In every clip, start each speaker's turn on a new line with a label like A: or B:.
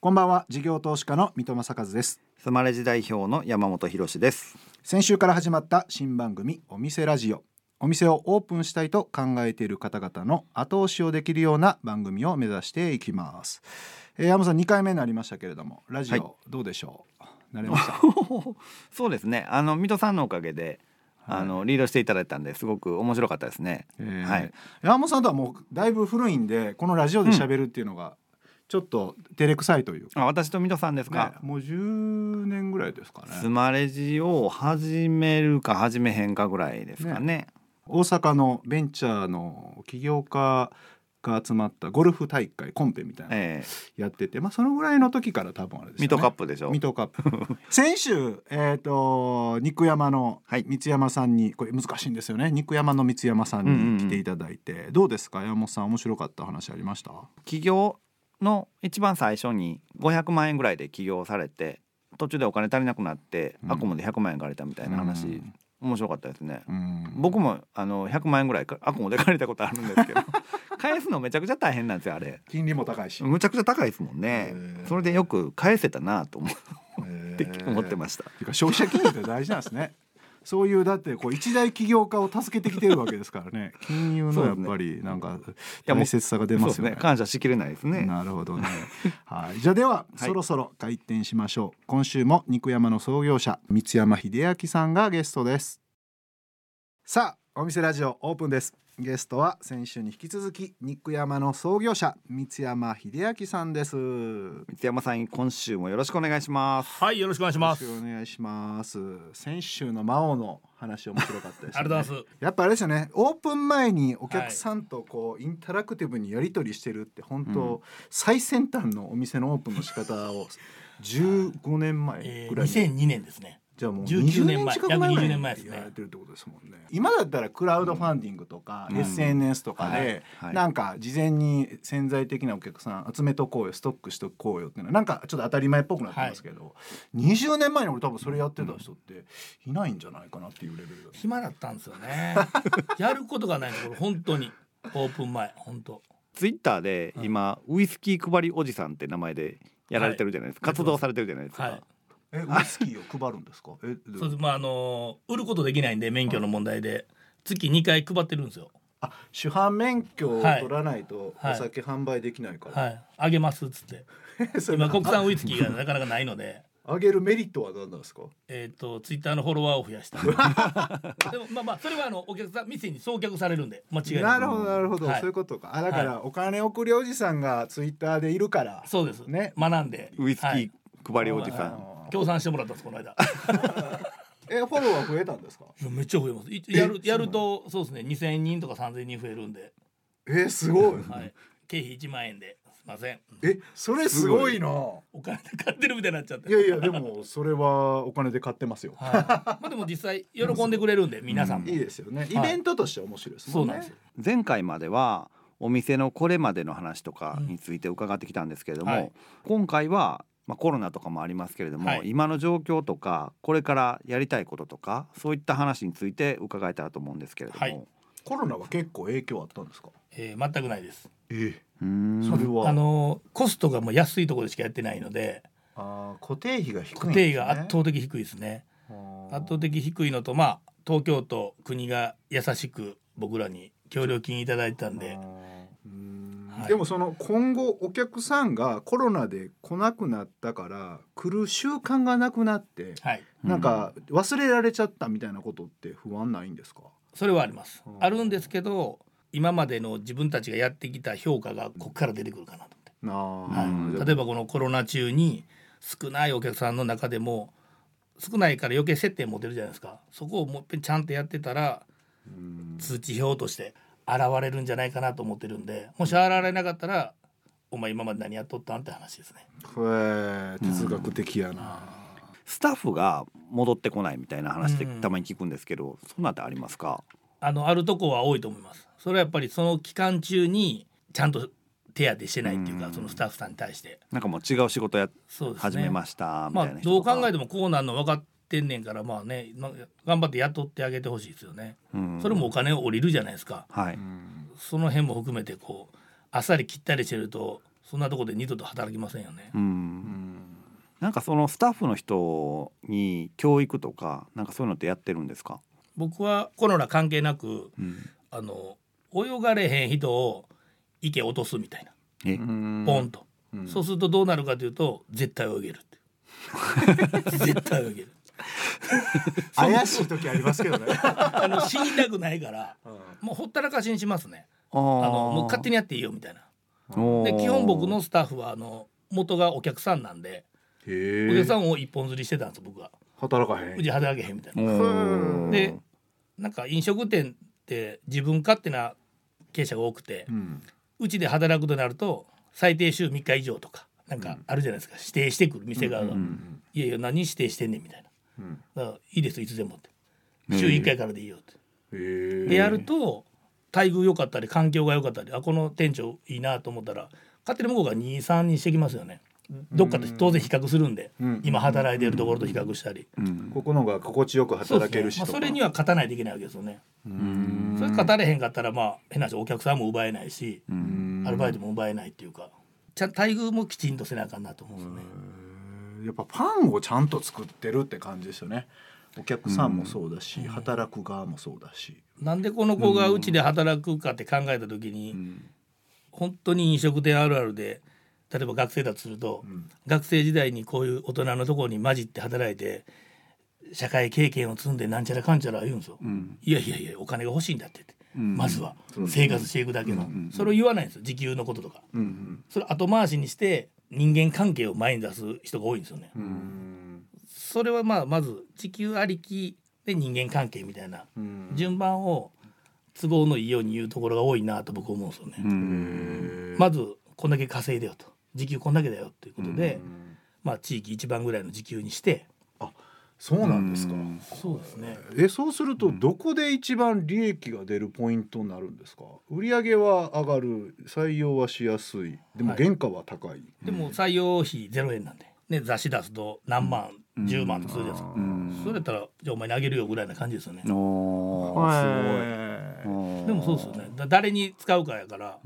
A: こんばんは事業投資家の三戸正和です
B: スマレジ代表の山本博史です。
A: 先週から始まった新番組お店ラジオお店をオープンしたいと考えている方々の後押しをできるような番組を目指していきます、えー、山本さん2回目になりましたけれどもラジ
B: はい
A: オどうでしょう、慣れました
B: そうですね。あの水戸さんのおかげで、
A: はい
B: あのリードしていただいたんですごく面白かったですね。
A: えー
B: はい。
A: 山本さんとはもうだいぶ古いんでこのラジオで喋るっていうのがちょっと照れくさいというか、
B: あ、私と水戸さんです
A: ね
B: か。
A: もう10年ぐらいですか
B: ス
A: ね
B: マレジを始めるか始めへんかぐらいですかね。
A: 大阪のベンチャーの起業家が集まったゴルフ大会コンペみたいなの
B: ええ
A: やってて、まあ、そのぐらいの時から多分あれですよね
B: 水戸カップでしょ
A: 水。戸カップ先週、えー、と肉山の
B: はい
A: 三山さんに、これ難しいんですよね肉山の三山さんに来ていただいて、どうですか山本さん面白かった話ありました
B: 起業の一番最初に500万円ぐらいで起業されて、途中でお金足りなくなって、
A: うん
B: アコムで100万円借りたみたいな話、
A: うん
B: 面白かったですね。
A: うん
B: 僕もあの100万円ぐらいかアコムで借りたことあるんです けど返すのめちゃくちゃ大変なんですよあれ
A: 金利も高いし、
B: むちゃくちゃ高いですもん
A: へ
B: ね
A: ー
B: それでよく返せたなと思っ
A: え
B: て
A: ー
B: 思ってました
A: てか消費者金融って大事なんです ねそういうだってこう一大起業家を助けてきてるわけですからね金融のやっぱりなんか
B: やもう
A: 大切さが出ます
B: そう
A: よ
B: で
A: ね
B: 感謝しきれないですね
A: なるほどね。はい、じゃあでは、そろそろ開店しましょう。今週も肉山の創業者、三山秀明さんがゲストです。さあ、お店ラジオオープンです。ゲストは先週に引き続き、肉山の創業者、三山秀明さんです。よ
B: 三山さん今週もよろしくお願いします
C: はい、よろしくお願いし
A: ろ
C: ま
A: し
C: す。
A: くお願いします。先週の魔王の話面白かったです、ね。
C: ありがとうございます。
A: やっぱあれですよねオープン前にお客さんとこう、インタラクティブにやり取りしてるって本当、
B: うん
A: 最先端のお店のオープンの仕方を15年前
C: え
A: ぐ
C: ー、
A: らいに、
C: 2002年ですね。
A: じゃあもう20
C: 19
A: 年
C: 年前
A: 近く前ぐらい
C: 約20
A: に
C: 年前ですね
A: やられてるってことですもんね今だったらクラウドファンディングとか、
B: うん
A: SNS とかで、
B: はいはい
A: なんか事前に潜在的なお客さん集めとこうよストックしとこうよっていうのはなんかちょっと当たり前っぽくなってますけど、20年前に俺多分それやってた人っていないんじゃないかなっていうレベルだと
C: 暇だったんですよね。 やることがないんですこれ本当に。オープン前、本当。
B: ツイッターで今ウイスキー配りおじさんって名前でやられてるじゃないですか
C: はい
B: 活動されてるじゃないです
C: は
B: か
C: い。
A: えウイスキーを配るん ですかえどう
C: そうです。まあ、あのー売ることできないんで、免許の問題で。月2回配ってるんですよ。
A: あ主犯免許を取らないと
C: はい
A: お酒販売できないから、
C: はい。あげますっつって。
A: それ
C: 今国産ウイスキーがなかなかないので。
A: あげるメリットは何なんですか
C: えっとツイッターのフォロワーを増 やした。でもまあまあそれはあのお客さん店に送客されるんで間違い
A: な
C: な
A: る
C: く。
A: ほどなるほど、
C: はい
A: そういうことかあだから、お金送りおじさんがツイッターでいるから
C: そうです。
A: ね
C: 学んで。
B: ウイスキ
C: はい
B: ー配りおじさん
A: あ
C: 協賛してもらったんですこの間。
A: ーえフォロワー増えたんです か
C: いやめっちゃ増えます。いやるやるとそうですね、2000人とか3000人増えるんで、
A: えーすごい
C: はい、経費1万円ですいません。
A: えそれすごいな
C: お金で買ってるみたいになっちゃって。
A: いやいやでもそれはお金で買ってますよ、
C: はい。まあでも実際喜んでくれるんで皆さんも。
A: いいですよねイ
C: はい
A: ベントとして面白いです
C: そ
A: も
C: うん
A: ね、
C: なんですよ。
B: 前回まではお店のこれまでの話とかについて伺ってきたんですけれども、
C: うんはい
B: 今回は、まあ、コロナとかもありますけれども、
C: はい
B: 今の状況とかこれからやりたいこととかそういった話について伺えたらと思うんですけれども、
C: はい
A: コロナは結構影響あったんですか
C: えー全くないです。
A: え
B: うーん
A: それは
C: あのーコストがもう安いところでしかやってないので、
A: あー固定費が低いんです、ね、
C: 固定が圧倒的低いですね。
A: あ
C: 圧倒的低いのとまあ東京都国が優しく僕らに協力金いただいたんで、
A: うん
C: はい
A: でもその今後お客さんがコロナで来なくなったから来る習慣がなくなって
C: はい。
A: なんか忘れられちゃったみたいなことって不安ないんですか、
C: それはあります
A: うん。
C: あるんですけど、今までの自分たちがやってきた評価がここから出てくるかなと
A: なあ
C: 思って、
A: じゃ
C: はい、
A: あ
C: 例えばこのコロナ中に少ないお客さんの中でも少ないから余計接点持てるじゃないですかそこをもういっぺんちゃんとやってたら
A: うん
C: 通知表として現れるんじゃないかなと思ってるんでもし現れなかったら「お前今まで何やっとったん?」って話ですね。
A: これ哲学的やな、
B: スタッフが戻ってこないみたいな話って
C: うん
B: たまに聞くんですけど、そんなんってありますか
C: あのあるとこは多いと思います。それはやっぱりその期間中にちゃんと手当てしてないっていうか、
B: うん
C: そのスタッフさんに対して
B: なんかもう違う仕事や
C: そうですね。
B: 始めましたみ
C: ま
B: た
C: あ
B: いな
C: ど
B: 人と
C: う
B: か、
C: 考えてもこうなんの分かってんねんからまあねな頑張って雇ってあげてほしいですよね、
B: うん
C: それもお金降りるじゃないですか
B: は
A: う
B: い、
A: ん
C: その辺も含めてこうあっさり切ったりしてるとそんなとこで二度と働きませんよね
B: う。、
A: うんん
B: なんかそのスタッフの人に教育とかなんかそういうのってやってるんですか、
C: 僕はコロナ関係なく
B: うん、
C: あの泳がれへん人を池落とすみたいな
B: え、
C: ポンと、
A: うん
C: そうするとどうなるかというと絶対泳げるって 絶対泳げる
A: 怪しい時ありますけ どね。
C: あの死にたくないからもうほったらかしにしますね
B: あ
C: あ
B: の
C: のもう勝手にやっていいよみたいな
B: に
C: で基本僕のスタッフはあの元がお客さんなんでお
A: へ
C: 客
A: え
C: さ。んを一本釣りしてたんです僕は
A: 働かへ
C: うち働けへんみたいな
A: うん
C: でなんか飲食店って自分勝手な経営者が多くて、
A: ん。
C: うちで働くとなると最低週3日以上とかなんかあるじゃないですか、指定してくる店側が、
A: うん
C: いやいや何指定してんねんみたいな
A: うん。
C: だからいいですいつでもって週1回からでいいよって、
A: へえ。
C: でやると待遇良かったり環境が良かったりあこの店長いいなと思ったら勝手に向こうが23にしてきますよねどっかと当然比較するんで、
A: うん
C: 今働いてるところと比較したり、
B: うん
A: ここの方が心地よく
C: そうで
A: 働
C: すね
A: けるし
C: まあ、
A: とか。
C: それには勝たないといけないわけですよね、
A: うん。
C: それ勝たれへんかったらまあ変な話お客さんも奪えないし、
A: うん
C: アルバイトも奪えないっていうかちゃん待遇もきちんとせなあかんなと思うんですよね、
A: やっぱパンをちゃんと作ってるって感じですよね。お客さんもそうだし、働く側もそうだし。
C: なんでこの子がうちで働くかって考えた時に、本当に飲食店あるあるで例えば学生だとすると、学生時代にこういう大人のところに混じって働いて社会経験を積んでなんちゃらかんちゃら言うんですよ、いやいやいやお金が欲しいんだってって、まずは生活していくだけの、それを言わないんですよ時給のこととか、
A: うん
C: それ後回しにして人間関係を前に出す人が多いんですよね、
A: うん。うん。
C: それはまあまず地球ありきで人間関係みたいな
A: うん。
C: 順番を都合のいいように言うところが多いなと僕思うんですよね。まずこんだけ稼いでよと時給こんだけだよっていうことで、まあ地域一番ぐらいの時給にして
A: そうなんですか。
C: そうですね
A: えそうするとどこで一番利益が出るポイントになるんですか、売上は上がる採用はしやすいでも
C: はい
A: 原価は高い、
C: でも採用費0円なんで、ね、雑誌出すと何万、10万とするじゃないですか、それだったらじゃあお前にあげるよぐらいな感じですよね、
B: おーすごいおー
C: でもそうですよねだ誰に使うかやから、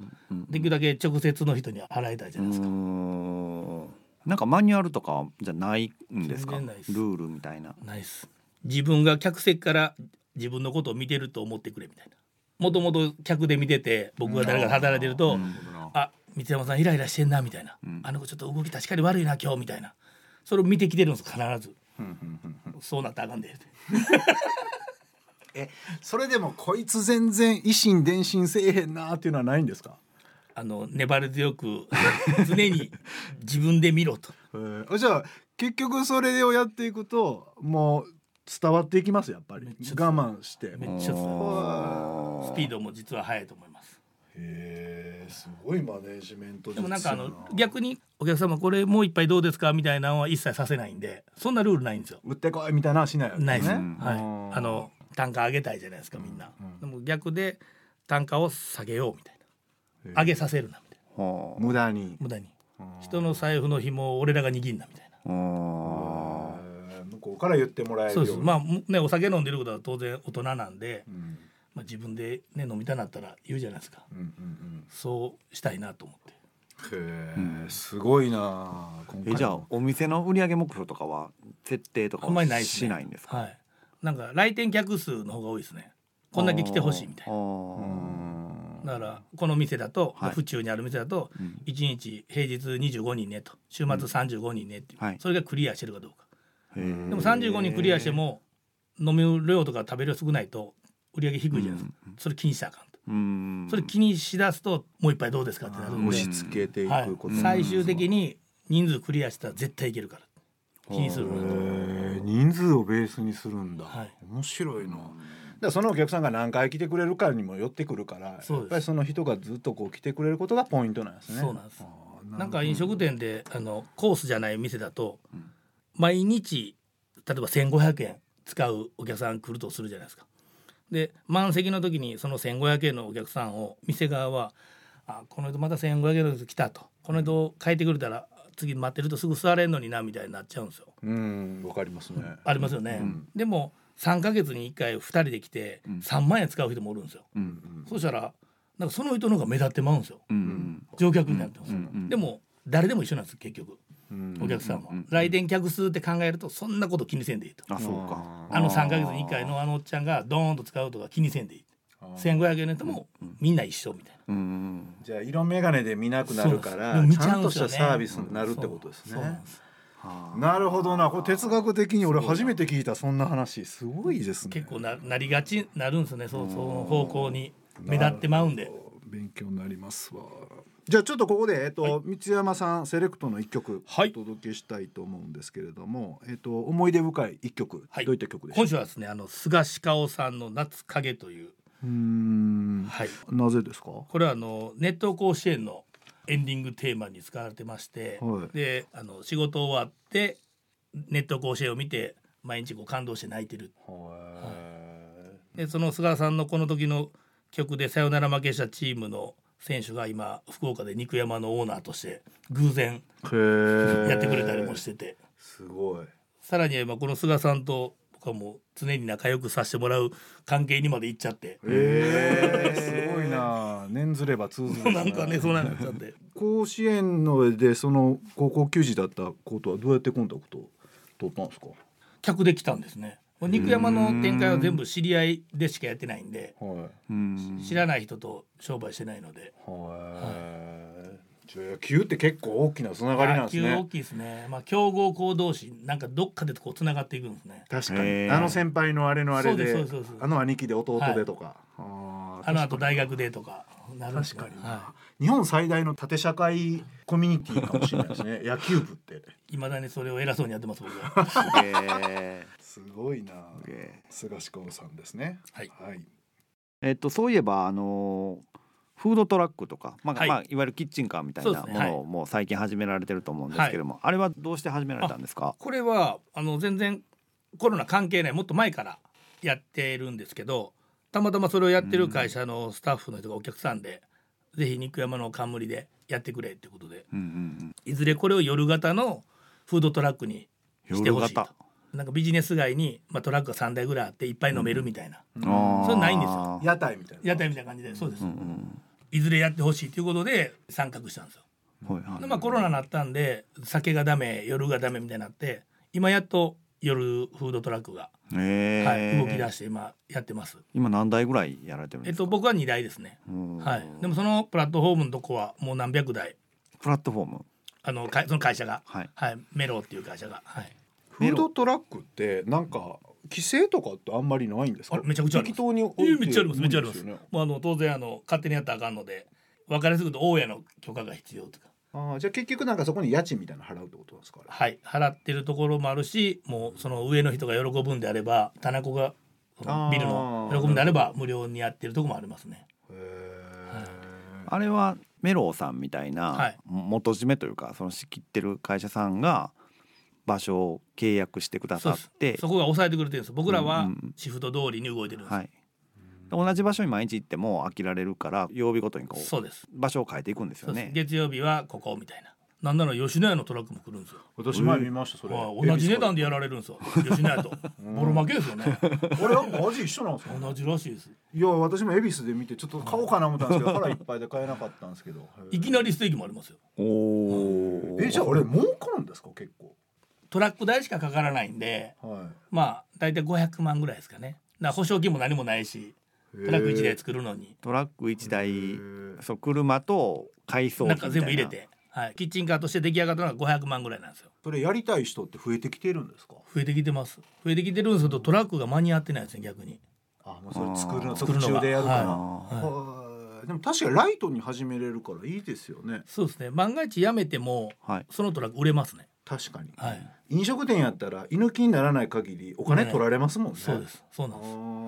C: できるだけ直接の人に払いたいじゃ
B: う
C: ないですか、
B: んなんかマニュアルとかじゃないんですかル
C: 全然ないです
B: ールみたいな
C: ないっす自分が客席から自分のことを見てると思ってくれみたいなもともと客で見てて僕が誰かが働いてると、あ三山さんイライラしてんなみたいな、あの子ちょっと動き確かに悪いな今日みたいなそれを見てきてるんです必ずそうなったらあかんで
A: えそれでもこいつ全然維新伝心せえへんなっていうのはないんですか、
C: あの粘り強く 常に自分で見ろと
A: えー、じゃあ結局それをやっていくともう伝わっていきますやっぱり
C: め
A: 我
C: っちゃ
A: 慢して
C: めっちゃ
B: お
C: ス
B: ー
C: ピードも実は速いと思います
A: へえすごいマネジメント
C: でもなんかあの逆にお客様これもう一杯どうですかみたいなのは一切させないんでそんなルールないんですよ
A: 売ってこいみたいなのはしないわけ
C: ないです、
A: ね
C: はい、あの単価上げたいじゃないですかみんな、
A: うん
C: でも逆で単価を下げようみたい
A: へえ
C: な上げさせるなみたいな
B: は
A: 無駄に
C: 無駄に人の財布の紐を俺らが握んなみたいな
B: あおー
A: えー向こうから言ってもらえる
C: そ
A: よ
C: う
A: う
C: です
A: に
C: まあむねお酒飲んでることは当然大人なんで、
A: うん
C: まあ、自分で、ね、飲みたなったら言うじゃないですか
A: うんうん
C: そうしたいなと思って
A: うん、へえすごいなあ今
B: えじゃあお店の売上目標とかは設定とか
C: あんまりな
B: はい
C: です、ね、
B: しないんですか
C: はいなんか来店客数の方が多いですねこんだけ来てほしいみたいな
B: あー
C: だからこの店だと、
B: はい
C: 府中にある店だと、一1日平日25人ねと週末35人ねっていう、
B: はい
C: それがクリアしてるかどうか
B: へー
C: でも35人クリアしても飲み量とか食べ量少ないと売り上げ低いじゃないですか、それ気にしたらあかんと、
B: うん
C: それ気にしだすともう一杯どうですかってなるん
A: 押
C: で
A: し付けてい
C: はい
A: くこと、、
C: 最終的に人数クリアしたら絶対いけるから気にするなと
A: へえ人数をベースにするんだ、
C: はい
A: 面白いなだからそのお客さんが何回来てくれるかにも寄ってくるから
C: そ
A: や
C: うです
A: っぱりその人がずっとこう来てくれることがポイントなんですね
C: そうなんです
A: ああ
C: なんか飲食店であのコースじゃない店だと毎日例えば1,500円使うお客さん来るとするじゃないですか。で満席の時にその1,500円のお客さんを店側は「あこの人また1,500円の人来た」と「この人帰ってくれたら次待ってるとすぐ座れんのにな」みたいになっちゃうんですよ。
A: うんわかりますね
C: ありますよね。でも3ヶ月に1回2人で来て3万円使う人もおるんですよ。
A: うん
C: そしたらなんかその人の方が目立ってまうんですよ
B: うん
C: 乗客になってます、
B: うんうん
C: でも誰でも一緒なんです結局
A: うん
C: お客さんは、
B: うんうん
C: 来店客数って考えるとそんなこと気にせんでいいと
B: あそうか
C: あの3か月に1回のあのおっちゃんがドーンと使うとか気にせんでいい
A: あー
C: 1500円の人もみんな一緒みたいな
B: うん
A: じゃあ色眼鏡で見なくなるから
C: そうです
A: ちゃんとした
C: 見ちゃ
A: サー
C: うんで
A: ビ
C: す
A: ス
C: よね
A: になるってことです
C: そうなん
A: ね
C: で。す
B: は
A: なるほどなこれ哲学的に俺初めて聞いたそんな話すごいですね。
C: 結構ななりがちなるんですねそうその方向に目立ってまうんで
A: 勉強になりますわじゃあちょっとここで、えっと三山さんセレクトの一曲お
C: はい
A: 届けしたいと思うんですけれども、えっと思い出深い一曲、
C: はい
A: どういった曲でしょう
C: 今週はですねあの菅鹿尾さんの「夏影」という、
A: うーん
C: はい、
A: なぜですか
C: これはあの熱湯甲子園のエンディングテーマに使われてまして、
A: はい
C: であの仕事終わって熱湯甲子園を見て毎日こう感動して泣いてるでその菅さんのこの時の曲でサヨナラ負けしたチームの選手が今福岡で肉山のオーナーとして偶然
A: へえ
C: やってくれたりもしてて、
A: すごい
C: さらに今この菅さんと僕はもう常に仲良くさせてもらう関係にまで行っちゃって、
A: えー、すごいな年ずれば通ずる
C: なんかねそうなっちゃって
A: 甲子園の上でその高校球児だった子とはどうやってコンタクトを取ったんですか
C: 客で来たんですね肉山の展開は全部知り合いでしかやってないんで
A: はい
B: いうん
C: 知らない人と商売してないので
A: はい。じゃあ野球って結構大きなつながりなん
C: 野
A: です
C: 球大
A: ね。
C: きいですねまあ強豪校同士なんかどっかでこうつながっていくんですね
A: 確
B: へー
A: あの先輩のあれのあれで、
C: そうですそうですそうです
A: あの兄貴で弟でとか。あー
C: あのあと大学でとかなるんです
A: 確かに、
C: は
A: 日本最大の縦社会コミュニティかもしれないですね。野球部って。
C: い未だにそれを偉そうにやってます僕は
B: すげえ
A: すごいな。
B: すげえ
A: 菅志功さんですね。
C: はい
A: はい。
B: えっとそういえばあのーフードトラックとか、まあ
C: はい
B: いまあ、いわゆるキッチンカーみたい
C: そ
B: な
C: うで
B: も
C: すね
B: のをもう最近始められてると思うんですけども、あれはどうして始められたんですか
C: これはあの全然コロナ関係ないもっと前からやってるんですけどたまたまそれをやってる会社のスタッフの人がお客さんで、ぜひ肉山の冠でやってくれってことで
B: うんうん
C: いずれこれを夜型のフードトラックに
B: うん、
C: して
B: 夜
C: ほしいと
B: 型
C: なんかビジネス街に、まあ、トラックが3台ぐらいあっていっぱい飲めるみたいな、
B: あー
C: それないんですよ
A: 屋台みたいな。
C: 屋台みたいな感じでそうです、
B: うん
C: いずれやってほしいということで参画したんですよ
B: うんはいはい
C: でまあコロナになったんで酒がダメ夜がダメみたいになって今やっと夜フードトラックが、
B: へー
C: はい、動き出して今やってます
B: 今何台ぐらいやられてるん
C: え
B: で
C: っ
B: すか、
C: と僕は2台ですね、
B: うん
C: はい、でもそのプラットフォームのとこはもう何百台
B: プラットフォーム
C: あのかいその会社が、
B: はい
C: はい、メロっていう会社が、はい、
A: フードトラックってなんか規制とかってあんまりないんです
C: あ
A: か
C: れめちゃくちゃあり
A: 適
C: ます
A: 当に置いて
C: えーめっちゃありますめっちゃあります
A: いいんですよね
C: もうあの当然あの勝手にやったらあかんので分かりやすく言うと大家の許可が必要とか
A: ああじゃあ結局なんかそこに家賃みたいなの払うってことなんですかあれ
C: はい払ってるところもあるしもうその上の人が喜ぶんであれば棚子がその
A: あー
C: ビルの喜ぶんであれば無料にやってるとこもありますね
A: へ
B: あれはメロウさんみたい
C: は
B: ない元締めというかその仕切ってる会社さんが場所を契約してくだ
C: そう
B: さ
C: で
B: っ
C: す
B: て
C: そこが抑えてくれてるんです僕ら
B: う
C: は
B: んうん
C: シフト通りに動いてるんです、
B: はい、同じ場所に毎日行っても飽きられるから曜日ごとにこう
C: そうです
B: 場所を変えていくんです
C: そ
B: よ
C: うです
B: ね。
C: 月曜日はここみたいななんなら吉野家のトラックも来るんですよ
A: 私前見ましたそれ、
C: はい同じ値段でやられるんですよ吉野家とボロ負けですよね
A: 俺なんか味一緒なんです か
C: 同じらしいです
A: いや私も恵比寿で見てちょっと買おうかな思ったんですけど腹いっぱいで買えなかったんですけど
C: いきなりステーキもありますよ
B: おお
A: えじゃあ俺儲かるんですか結構
C: トラック代しかかからないんで
A: は
C: まあ大体500万ぐらいですかねな保証金も何もないし
A: い
C: トラック1台作るのに
B: トラック一台
A: へえ
B: そう車と改装機み
C: なん
B: たい
C: か全部入れて、はい、キッチンカーとして出来上がったのが500万ぐらいなんですよ
A: それやりたい人って増えてきてるんですか
C: 増えてきてます増えてきてるんですけどトラックが間に合ってないですね逆に
A: あもうそれ作るの
C: 作る
A: 作
C: のが
A: 中でやるから、
B: は
C: はい
A: はいでも確かにライトに始めれるからいいですよね
C: そうですね万が一やめても
B: はい
C: そのトラック売れますね
A: 確かに
C: はい
A: 飲食店やったら居抜きにならない限りお金取られますもんね。
C: そうですそうなん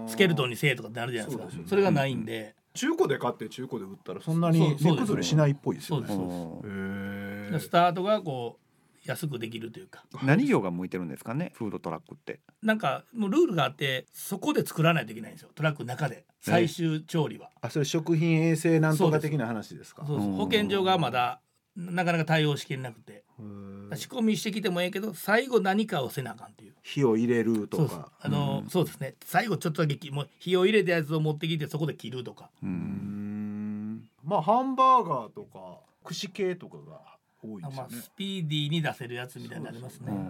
C: です
A: す
C: スケルトンにせえとかってなるじゃないですか
A: そうで
C: そ
A: すよね
C: れがないんで、
A: 中古で買って中古で売ったらそんなに値崩れしないっぽいですよね。
C: そうです
A: へー
C: スタートがこう安くできるというか
B: 何業が向いてるんですかねフードトラックって。
C: なんかもうルールがあってそこで作らないといけないんですよトラックの中で最終調理は、
A: あそれ食品衛生なんとか的な話ですか。
C: そうそう
B: うん
C: 保健所がまだなかなか対応しきれなくて
A: へー
C: 仕込みしてきてもええけど最後何かをせなあかんっていう
A: 火を入れる
C: そ
A: と
C: うです
A: か。
C: あの、そうですね最後ちょっとだけきもう火を入れたやつを持ってきてそこで切るとか
B: う
A: うー
B: ん
A: んまあハンバーガーとか串系とかが多いです
C: ま
A: よ
C: あ
A: ね。
C: スピーディーに出せるやつみたいになりますね
A: そう
C: う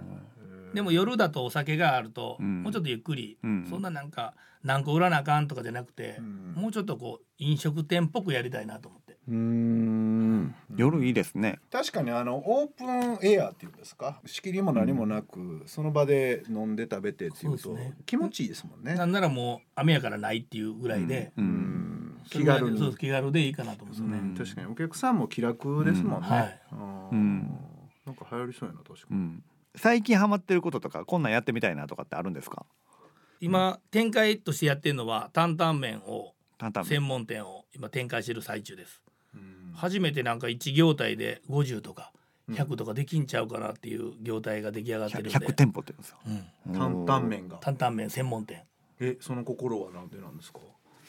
C: んでも夜だとお酒があると、
B: うん
C: もうちょっとゆっくり、
B: うん
C: そんななんか何個売らなあかんとかじゃなくて、
A: うん
C: もうちょっとこう飲食店っぽくやりたいなと思って
A: うん
B: 夜いいですね
A: 確かにあのオープンエアっていうんですか仕切りも何もなく、その場で飲んで食べてっていう
C: そ
A: と
C: うですね
A: 気持ちいいですもんね
C: な。んならもう雨やからないっていうぐらいで、
B: う
A: うんん
C: それ
A: 気
C: ぐらいで
A: 軽に、
C: そう気軽でいいかなと思うんです
A: う
C: よね、
A: ん、確かにお客さんも気楽ですもんね。
C: うんはい
A: うん
B: うん
A: なんか流行りそうやな確か
B: う
A: に。
B: ん最近ハマってることとかこんなんやってみたいなとかってあるんですか
C: 今展開としてやってるのは担々麺を
B: 担々麺
C: 専門店を今展開してる最中です
A: うん
C: 初めてなんか1業態で50とか
A: うん
C: 100とかできんちゃうかなっていう業態が出来上がってるんで、
B: 100店舗って言うんですよ
C: う
A: 担
C: ん
A: 々麺が
C: 担々麺専門店
A: えその心はなんでなんですか。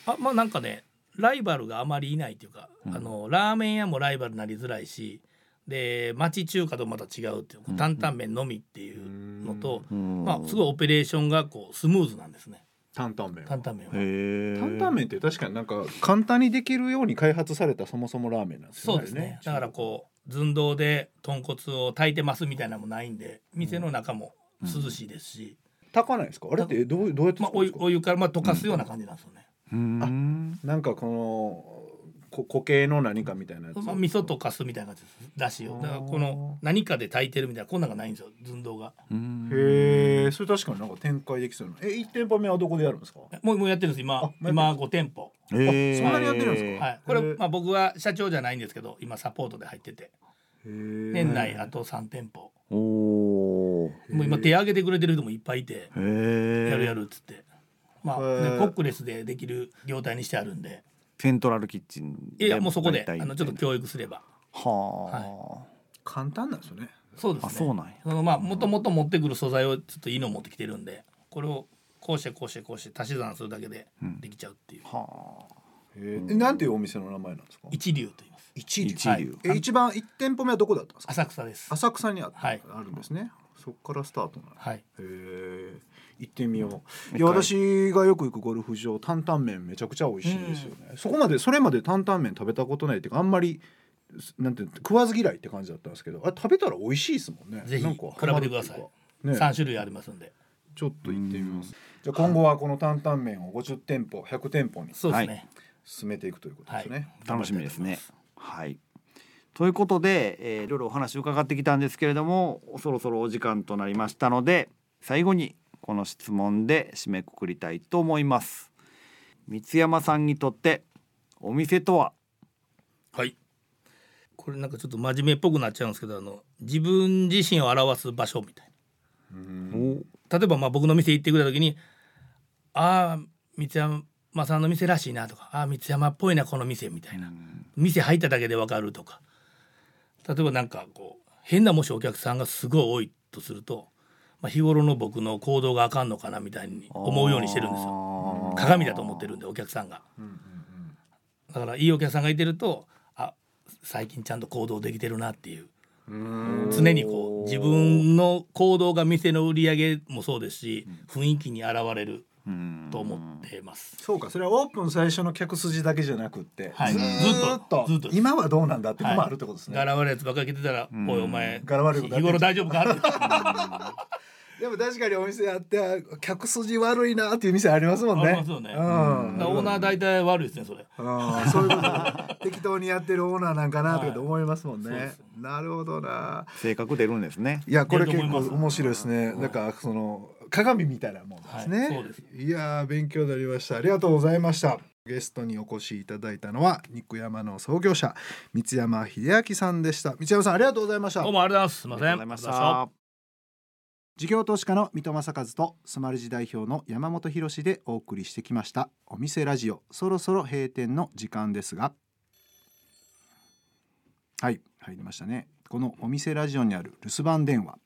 C: あまあなんかねライバルがあまりいないというか、あのラーメン屋もライバルになりづらいしで町中華とまた違うっていう担々麺のみっていうのと、
B: うん
C: まあ、すごいオペレーションがこうスムーズなんですね
A: 担々麺は。
C: 担々麺は。
B: へえ
A: 担々麺って確かになんか簡単にできるように開発されたそもそもラーメンなんですよね。
C: そうですねだからこう寸胴で豚骨を炊いてますみたいなのもないんで店の中も涼しいですし、
A: 炊かないですか。あれってどうどうやって
C: まあ、
A: 作るんです
C: お湯
A: か。
C: お湯からまあ溶かすような感じなんですよね、
B: うん
A: なんかこのこ固形の何かみたいなやつ。
C: まあ、味噌溶かすみたいな感じですだしをだからこの何かで炊いてるみたいなこんなんがないんですよ寸胴が
B: うん
A: へえ、それ確かになんか展開できそうな。え、一店舗目はどこでやるんですか。
C: もうもうやってるんです今
A: あもうやってる
C: 今5店舗
B: へえ
A: そんなにやってるんですか
C: はい、これ
A: へー、
C: まあ、僕は社長じゃないんですけど今サポートで入ってて年
A: 年
C: 内あと3店舗
B: おお
C: もう今手挙げてくれてる人もいっぱいいて
B: へえ
C: やるやるっつってまあ
A: へ
C: ね
A: ー
C: コックレスでできる業態にしてあるんで
B: セントラルキッチン
C: いやいやもうそこであ
B: 大体
C: のちょっと教育すれば
B: は
A: 簡単なんですよね。
C: そうで
B: ああ
C: すね
B: そうなんや
C: そのまあもともと持ってくる素材をちょっといいのを持ってきてるんでこれをこうしてこうしてこうして足し算するだけでできちゃうっていう、
B: は
A: え、なんていうお店の名前なんですか。
C: 一流と言います
A: 一流。
B: 一流
A: はいえ、一番一店舗目はどこだったんですか。
C: 浅草です
A: 浅草にあ,、
C: はい
A: あるんですね。そこからスタートなの。
C: はい
A: へえ行ってみよう。い
B: 一
A: や
B: 回
A: 私がよく行くゴルフ場担々麺めちゃくちゃ美味しいですよね。そこまでそれまで担々麺食べたことないっていうかあんまりなんていうの食わず嫌いって感じだったんですけどあれ食べたら美味しいですもんね。
C: ぜひ
A: なんかハマるっていうか
C: 比べてく
A: ね、
C: 3種類ありますんで
A: ちょっと行ってみます。じゃあ今後はこの担々麺を50店舗100店舗に
C: そうですね、
A: 進めていくということですね。
C: はい
B: あ楽しみですねはいということで、えー、いろいろお話伺ってきたんですけれどもそろそろお時間となりましたので最後にこの質問で締めくくりたいと思います三山さんにとってお店とは
C: はい。これなんかちょっと真面目っぽくなっちゃうんですけど、あの自分自身を表す場所みたい
B: お
C: な。例えばまあ僕の店行ってくれた時に、ああ三山さんの店らしいなとか、ああ三山っぽいなこの店みたいな。店入っただけでわかるとか。例えばなんかこう変なもしお客さんがすごい多いとすると、まあ日頃の僕の行動があかんのかなみたいに思うようにしてるんですよ。
B: よ
C: 鏡だと思ってるんでお客さんが、だからいいお客さんがいてるとあ最近ちゃんと行動できてるなっていう常にこう自分の行動が店の売り上げもそうですし、雰囲気に現れる
B: うん
C: と思ってます、
A: そうかそれはオープン最初の客筋だけじゃなくって、
C: はい
A: ずーっと
C: ずっと
A: 今はどうなんだっていうのも
C: はい
A: あるってことですね。
C: 柄悪いやつばっかり来てたら「おいお前
A: 柄悪いことやって
C: 日
A: ん
C: 頃大丈夫か?」って
A: でも確かにお店やって客筋悪いなっていう店ありますもんね。
C: ありますよね
A: うん。
C: だからオーナー大体悪いですねそれ。
A: うんそういうことだ適当にやってるオーナーなんかなとか思いますもんね。
C: はいそうです
A: なるほどな。
B: 性格出るんですね
A: いやこれ結
C: 出ると
A: 構
C: 思います
A: 面白いですね。なんかその鏡みたいなもんですね。
C: はいそうです
A: いやー勉強になりました。ありがとうございました。ゲストにお越しいただいたのは肉山の創業者三山秀明さんでした。三山さんありがとうございました。
C: どうもありがとうございます。すみません。
B: ありがとうございました
A: 事業投資家の三戸正和とスマルジ代表の山本博史でお送りしてきましたお店ラジオそろそろ閉店の時間ですがはい入りましたねこのお店ラジオにある留守番電話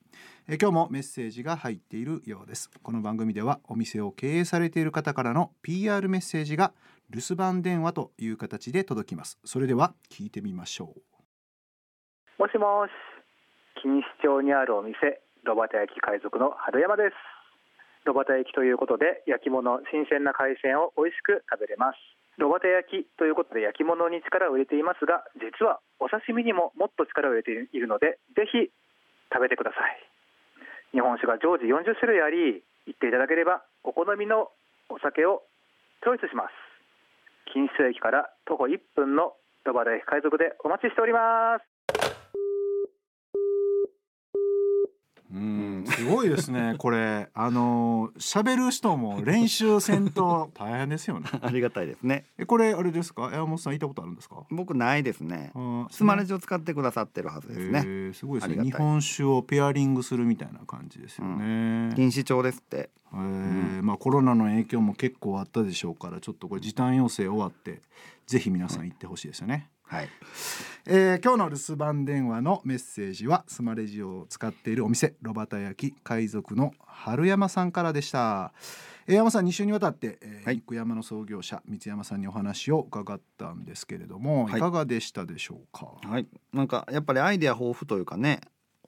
A: えー今日もメッセージが入っているようですこの番組ではお店を経営されている方からの PR メッセージが留守番電話という形で届きますそれでは聞いてみましょう
D: もしもし錦糸町にあるお店炉端焼き海賊の春山です炉端焼きということで焼き物新鮮な海鮮を美味しく食べれます炉端焼きということで焼き物に力を入れていますが実はお刺身にももっと力を入れているのでぜひ食べてください日本酒が常時40種類あり行っていただければお好みのお酒をチョイスします錦糸町駅から徒歩1分の炉端駅海賊でお待ちしております
A: うんすごいです ねこれあの喋る人も練習せんと大変ですよね
B: ありがたいですね
A: えこれあれですか山本さん行ったことあるんですか
B: 僕ないですね
A: あ
B: スマレジを使ってくださってるはずです
A: へ
B: ね
A: ーすごいです
B: あ
A: ね
B: り
A: 日
B: がたい
A: 本酒をペアリングするみたいな感じですよね、へ
B: 錦糸町ですって
A: ーまあコロナの影響も結構あったでしょうからちょっとこれ時短要請終わってぜひ皆さん行ってほしいですよね、
B: はい
A: えー今日の留守番電話のメッセージはスマレジオを使っているお店ロバタ焼き海賊の春山さんからでした、えー山さん2週にわたって、えー
B: はい
A: 肉山の創業者三山さんにお話を伺ったんですけれども、
B: はい
A: い、かがでしたでしょうか、
B: はい、なんかやっぱりアイデア豊富というかね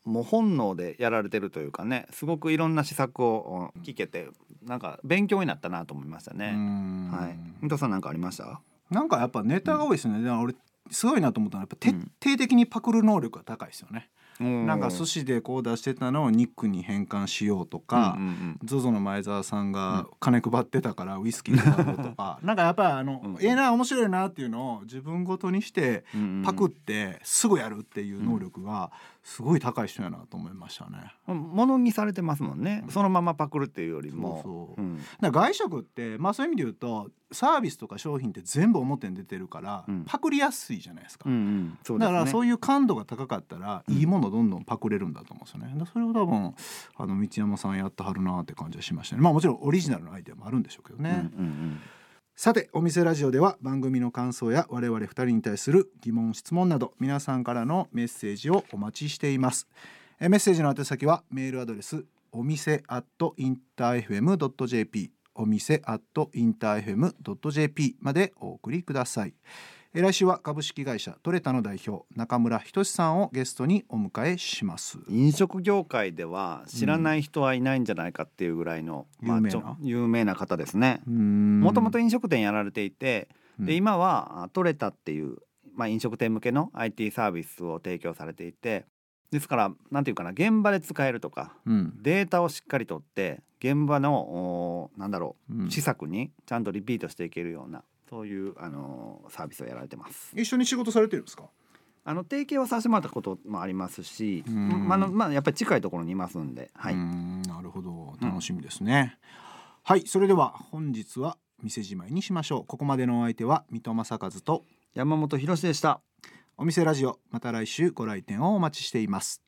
B: もう本能でやられてるというかねすごくいろんな施策をお聞けてなんか勉強になったなと思いました
A: うー
B: ね。
A: ん
B: はい、伊藤さんなんかありました
A: なんかやっぱネタが多いですね、でも俺すごいなと思ったのはやっぱ徹
B: うん
A: 底的にパクる能力が高いですよね、な
B: な
A: んか寿司でこう出してたのを肉に変換しようとか、
B: うんうん
A: ゾゾの前澤さんが金配ってたからウイスキー買おうと かなんかやっぱりあの、
B: うん
A: ええな面白いなっていうのを自分ごとにして
B: うん
A: パクってすぐやるっていう能力がすごい高い人やなと思いましたね。
B: ものにされてますもんね、そのままパクるっていうよりも
A: そうそう
B: うん
A: だから外食ってまあそういう意味で言うとサービスとか商品って全部表に出てるから、
B: うん
A: パクりやすいじゃないですか。
B: うんうんそうで
A: だ
B: す
A: か
B: ね
A: らそういう感度が高かったら、
B: うん
A: いいものどんどんパクれるんだと思うんですよね。だからそれを多分あの道山さんやってはるなって感じはしましたね。まあもちろんオリジナルのアイデアもあるんでしょうけどね。
B: うんうんうん
A: さてお店ラジオでは番組の感想や我々2人に対する疑問質問など皆さんからのメッセージをお待ちしていますえメッセージの宛先はメールアドレスお店 at interfm.jp お店 at interfm.jp までお送りくださいえ来週は株式会社トレタの代表中村仁さんをゲストにお迎えします
B: 飲食業界では知らない人はいないんじゃないかっていうぐらいの、
A: うん
B: まあ
A: 有名な
B: ちょ有名な方ですね。
A: も
B: もともと飲食店やられていて、
A: うん
B: で今はあトレタっていう、まあ、飲食店向けの IT サービスを提供されていてですからなんていうかな現場で使えるとか
A: うん
B: データをしっかり取って現場のおーなんだろ
A: う
B: うん施策にちゃんとリピートしていけるようなそういう、あのーサービスをやられてます。
A: 一緒に仕事されてるんですか
B: あの提携はさせてもらったこともありますし、
A: うん
B: まああのまあ、やっぱり近いところにいますんで、はいう
A: ーんなるほど
B: うん
A: 楽しみですね、はいそれでは本日は店じまいにしましょうここまでのお相手は水戸正和と
B: 山本博史でした。
A: お店ラジオまた来週ご来店をお待ちしています